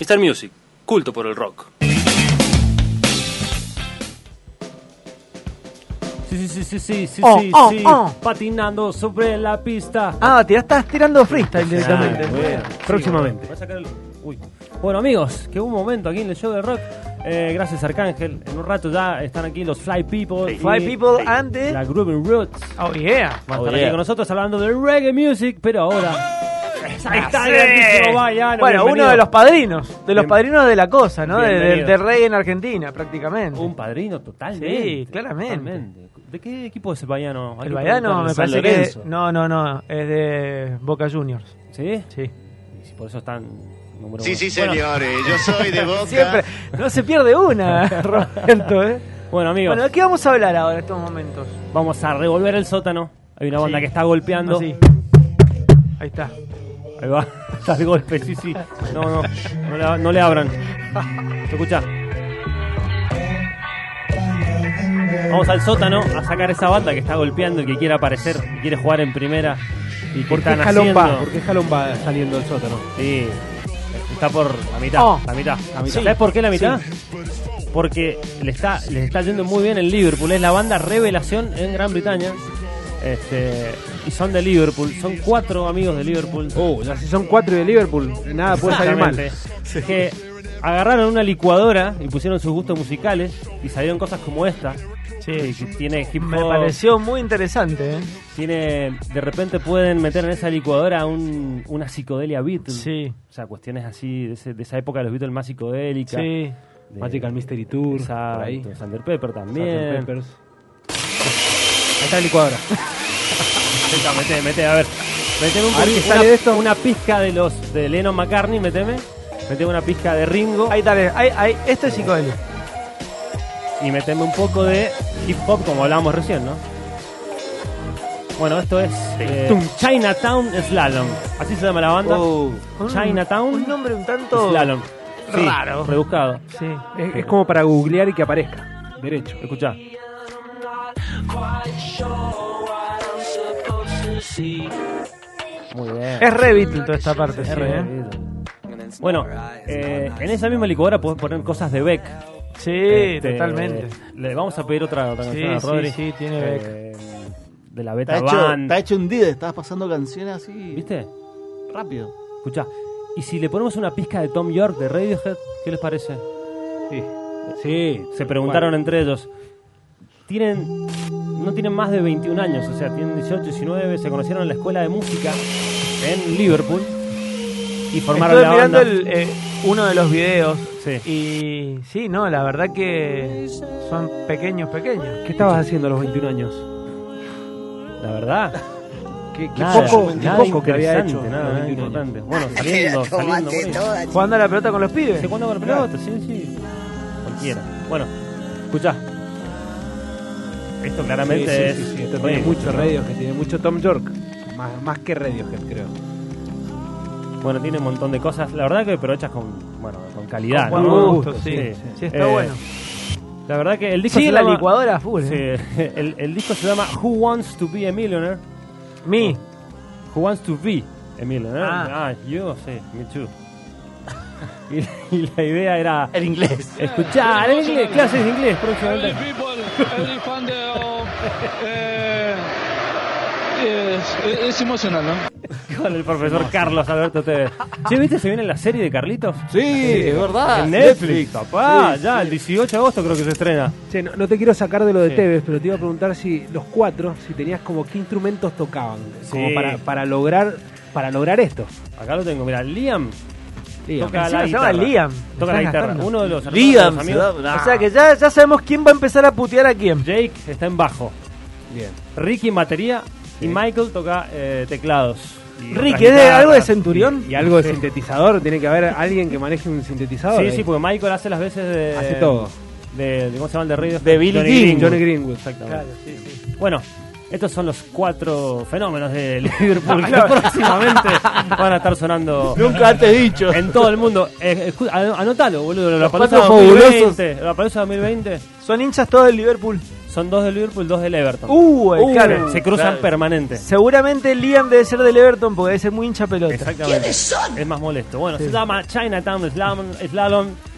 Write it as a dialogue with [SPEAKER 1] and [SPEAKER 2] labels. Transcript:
[SPEAKER 1] Star Music, culto por el rock.
[SPEAKER 2] Sí, sí, sí, sí, sí, sí,
[SPEAKER 3] Oh,
[SPEAKER 2] sí,
[SPEAKER 3] oh,
[SPEAKER 2] sí.
[SPEAKER 3] oh.
[SPEAKER 2] Patinando sobre la pista.
[SPEAKER 3] Ah, te la estás tirando freestyle
[SPEAKER 2] Exactamente.
[SPEAKER 3] directamente. Próximamente.
[SPEAKER 2] Voy a sacar el- uy. Bueno, amigos, que hubo un momento aquí en el show del rock. Eh, gracias, Arcángel. En un rato ya están aquí los Fly People. y
[SPEAKER 3] Fly People and the-
[SPEAKER 2] La Grooving Roots.
[SPEAKER 3] Oh, yeah.
[SPEAKER 2] Van a
[SPEAKER 4] Oh,
[SPEAKER 2] estar aquí
[SPEAKER 4] yeah.
[SPEAKER 2] con nosotros hablando de reggae music, pero ahora. Ahí está,
[SPEAKER 3] Sí.
[SPEAKER 2] grandísimo Bayano,
[SPEAKER 3] Bueno,
[SPEAKER 2] bienvenido.
[SPEAKER 3] uno de los padrinos, de los
[SPEAKER 2] Bien-
[SPEAKER 3] padrinos de la cosa, ¿no? De, de,
[SPEAKER 2] Bienvenido.
[SPEAKER 3] de rey en Argentina, prácticamente.
[SPEAKER 2] Un padrino totalmente.
[SPEAKER 3] Sí, claramente.
[SPEAKER 2] totalmente. ¿De qué equipo es el Bayano?
[SPEAKER 3] el
[SPEAKER 2] Hay que
[SPEAKER 3] Bayano
[SPEAKER 2] preguntarle.
[SPEAKER 3] me
[SPEAKER 1] San
[SPEAKER 3] parece
[SPEAKER 1] Lorenzo.
[SPEAKER 3] que... No, no, no, es de Boca Juniors.
[SPEAKER 2] ¿Sí?
[SPEAKER 3] Sí.
[SPEAKER 2] Y si Por eso están. número
[SPEAKER 5] Sí,
[SPEAKER 2] uno.
[SPEAKER 5] sí,
[SPEAKER 2] Bueno,
[SPEAKER 5] señores, yo soy de Boca.
[SPEAKER 3] Siempre, no se pierde una, Roberto, ¿eh?
[SPEAKER 2] Bueno, amigos,
[SPEAKER 3] Bueno, ¿de qué vamos a hablar ahora en estos momentos?
[SPEAKER 2] vamos a revolver el sótano. Hay una banda que está golpeando.
[SPEAKER 3] Así. Ahí está.
[SPEAKER 2] Ahí va, está el golpe, sí, sí. No, no, no le, no le abran. Escucha. Vamos al sótano a sacar esa banda que está golpeando y que quiere aparecer, y quiere jugar en primera. ¿Y que están haciendo?
[SPEAKER 6] ¿Por qué Jalón va saliendo del sótano?
[SPEAKER 2] Sí, está por la mitad,
[SPEAKER 3] Oh.
[SPEAKER 2] la mitad, la mitad.
[SPEAKER 3] Sí.
[SPEAKER 2] ¿Sabes por qué la mitad? Porque le está, les está yendo muy bien en Liverpool, es la banda revelación en Gran Bretaña. Este, y son de Liverpool, son cuatro amigos de Liverpool.
[SPEAKER 6] Oh, ya si son cuatro de Liverpool, nada puede salir
[SPEAKER 3] Ah,
[SPEAKER 6] mal.
[SPEAKER 2] Exactamente. Que agarraron una licuadora y pusieron sus gustos musicales y salieron cosas como esta. que- que tiene hip
[SPEAKER 3] Me
[SPEAKER 2] hop,
[SPEAKER 3] pareció muy interesante, ¿eh?
[SPEAKER 2] tiene de repente pueden meter en esa licuadora un- una psicodelia Beatles.
[SPEAKER 3] Sí.
[SPEAKER 2] O sea, cuestiones así de, ese- de esa época de los Beatles más psicodélica.
[SPEAKER 3] Sí.
[SPEAKER 2] De-
[SPEAKER 6] Magical Mystery Tour, por ahí.
[SPEAKER 2] Exacto, Sander Pepper también.
[SPEAKER 6] Sgt. Peppers.
[SPEAKER 2] Ahí está la licuadora. Venga, mete, mete, a ver. Meteme un
[SPEAKER 6] A ver qué
[SPEAKER 2] poquito-
[SPEAKER 6] sale
[SPEAKER 2] una,
[SPEAKER 6] de esto.
[SPEAKER 2] una pizca de los de Lennon McCartney, meteme. Meteme una pizca de Ringo
[SPEAKER 3] Ahí está, ahí, ahí. Esto es psicodélico.
[SPEAKER 2] y meteme un poco de hip hop como hablábamos recién, ¿no? Bueno, esto es eh,
[SPEAKER 3] Tum.
[SPEAKER 2] Chinatown Slalom. Así se llama la banda.
[SPEAKER 6] Oh.
[SPEAKER 3] Un-
[SPEAKER 2] Chinatown
[SPEAKER 3] Un nombre un tanto...
[SPEAKER 2] Slalom. Sí,
[SPEAKER 3] raro.
[SPEAKER 2] Rebuscado.
[SPEAKER 3] Sí.
[SPEAKER 6] Es, es como para googlear y que aparezca. Derecho.
[SPEAKER 2] Escuchá. Muy bien.
[SPEAKER 3] Es re Beatle toda esta parte, sí, ¿eh?
[SPEAKER 2] Bueno, eh, en esa misma licuadora podés poner cosas de Beck.
[SPEAKER 3] Sí,
[SPEAKER 2] Este,
[SPEAKER 3] totalmente.
[SPEAKER 2] Le vamos a pedir otra, otra
[SPEAKER 3] Sí,
[SPEAKER 2] canción a
[SPEAKER 3] sí,
[SPEAKER 2] Rodri.
[SPEAKER 3] sí, tiene Beck.
[SPEAKER 2] Eh, de la
[SPEAKER 4] Está
[SPEAKER 2] Beta
[SPEAKER 4] hecho,
[SPEAKER 2] Band.
[SPEAKER 4] está hecho un día, estás pasando canciones así
[SPEAKER 2] ¿Viste?
[SPEAKER 4] rápido.
[SPEAKER 2] Escuchá. Y si le ponemos una pizca de Tom York de Radiohead, ¿qué les parece?
[SPEAKER 6] Sí. Sí.
[SPEAKER 2] Se preguntaron entre ellos. Tienen, no tienen más de 21 años, o sea, tienen 18, 19, se conocieron en la escuela de música en Liverpool y formaron
[SPEAKER 3] Estuve
[SPEAKER 2] la
[SPEAKER 3] mirando
[SPEAKER 2] banda.
[SPEAKER 3] el, eh, uno de los videos
[SPEAKER 2] Sí.
[SPEAKER 3] y sí, no, la verdad que son pequeños, pequeños.
[SPEAKER 6] ¿Qué estabas haciendo a los 21 años?
[SPEAKER 2] La verdad,
[SPEAKER 6] ¿Qué, qué
[SPEAKER 2] nada,
[SPEAKER 6] poco, qué
[SPEAKER 2] nada
[SPEAKER 6] poco que había hecho?
[SPEAKER 2] interesante,
[SPEAKER 6] a
[SPEAKER 2] nada,
[SPEAKER 6] los
[SPEAKER 2] nada
[SPEAKER 6] 21 años?
[SPEAKER 2] importante. Bueno, saliendo, saliendo. bueno.
[SPEAKER 3] Jugando a la pelota con los pibes.
[SPEAKER 2] ¿Se cuándo con el pelota? Sí, sí. Cualquiera. Bueno, escuchá. Esto claramente
[SPEAKER 6] Sí, sí, sí, sí,
[SPEAKER 2] es.
[SPEAKER 6] Esto
[SPEAKER 2] Oye,
[SPEAKER 6] tiene mucho Radiohead, tiene mucho Tom York. Más, más que Radiohead, creo.
[SPEAKER 2] Bueno, tiene un montón de cosas. La verdad que pero hechas con, bueno, con calidad.
[SPEAKER 3] Con
[SPEAKER 2] ¿no?
[SPEAKER 3] buen gusto, sí. Sí, está
[SPEAKER 2] Eh,
[SPEAKER 3] bueno.
[SPEAKER 2] La verdad que el disco
[SPEAKER 3] Sigue
[SPEAKER 2] se
[SPEAKER 3] la
[SPEAKER 2] llama-
[SPEAKER 3] licuadora a full.
[SPEAKER 2] Sí,
[SPEAKER 3] eh.
[SPEAKER 2] el, el disco se llama Who Wants to Be a Millionaire.
[SPEAKER 3] Mi,
[SPEAKER 2] Who Wants to Be a Millionaire.
[SPEAKER 3] Ah.
[SPEAKER 2] Ah, yo sí, me too. Y, y la idea era
[SPEAKER 4] En inglés.
[SPEAKER 2] escuchar en inglés, clases de inglés próximamente.
[SPEAKER 7] people, every fan de, um, eh, es, es- es emocional, ¿no?
[SPEAKER 2] Con el profesor Carlos Alberto Tevez. Che, ¿viste? Se viene la serie de Carlitos.
[SPEAKER 6] Sí, es verdad.
[SPEAKER 2] En Netflix, papá. ya, el 18 de agosto creo que se estrena.
[SPEAKER 6] Che, no, no te quiero sacar de lo de
[SPEAKER 2] Sí.
[SPEAKER 6] Tevez, pero te iba a preguntar si los cuatro, si tenías como qué instrumentos tocaban, como
[SPEAKER 2] Sí.
[SPEAKER 6] para, para lograr para lograr esto.
[SPEAKER 2] Acá lo tengo, mira, Liam.
[SPEAKER 6] Liam.
[SPEAKER 2] Toca
[SPEAKER 3] Encima
[SPEAKER 2] la
[SPEAKER 3] se llama
[SPEAKER 2] guitarra.
[SPEAKER 3] Liam.
[SPEAKER 2] Toca la
[SPEAKER 3] Estás
[SPEAKER 2] guitarra.
[SPEAKER 3] gastando.
[SPEAKER 2] Uno de los hermanos de
[SPEAKER 4] Liam,
[SPEAKER 2] los
[SPEAKER 4] se
[SPEAKER 2] amigos.
[SPEAKER 4] da- nah.
[SPEAKER 3] O sea que ya, ya sabemos quién va a empezar a putear a quién.
[SPEAKER 2] Jake está en bajo.
[SPEAKER 6] Bien.
[SPEAKER 2] Ricky en batería y Michael toca eh, teclados. Y otras
[SPEAKER 3] Ricky, ¿es de
[SPEAKER 2] guitarras.
[SPEAKER 3] algo de Centurión?
[SPEAKER 6] Y algo de sintetizador, tiene que haber alguien que maneje un sintetizador.
[SPEAKER 2] Sí,
[SPEAKER 6] ahí.
[SPEAKER 2] sí, porque Michael hace las veces de.
[SPEAKER 6] Hace todo.
[SPEAKER 2] De, de- ¿Cómo se llama el de Radiohead?
[SPEAKER 4] De Billy
[SPEAKER 2] Johnny
[SPEAKER 4] Dean.
[SPEAKER 2] Greenwood.
[SPEAKER 6] Johnny Greenwood, exactamente.
[SPEAKER 2] Bueno, estos son los cuatro fenómenos de Liverpool que próximamente van a estar sonando
[SPEAKER 4] Nunca antes dicho.
[SPEAKER 2] en todo el mundo. Eh, escu- an- anotalo, boludo. La
[SPEAKER 4] Los
[SPEAKER 2] Palusa
[SPEAKER 4] cuatro fabulosos.
[SPEAKER 2] 2020. La Palusa 2020.
[SPEAKER 3] Son hinchas todos del Liverpool.
[SPEAKER 2] Son dos del Liverpool, dos del Everton.
[SPEAKER 3] Uh, eh,
[SPEAKER 2] Uh,
[SPEAKER 3] claro.
[SPEAKER 2] Se cruzan
[SPEAKER 3] Claro.
[SPEAKER 2] permanente.
[SPEAKER 3] Seguramente Liam debe ser del Everton porque debe ser muy hincha pelota.
[SPEAKER 2] Exactamente. Es más molesto. Bueno, se llama Chinatown Slalom, Slalom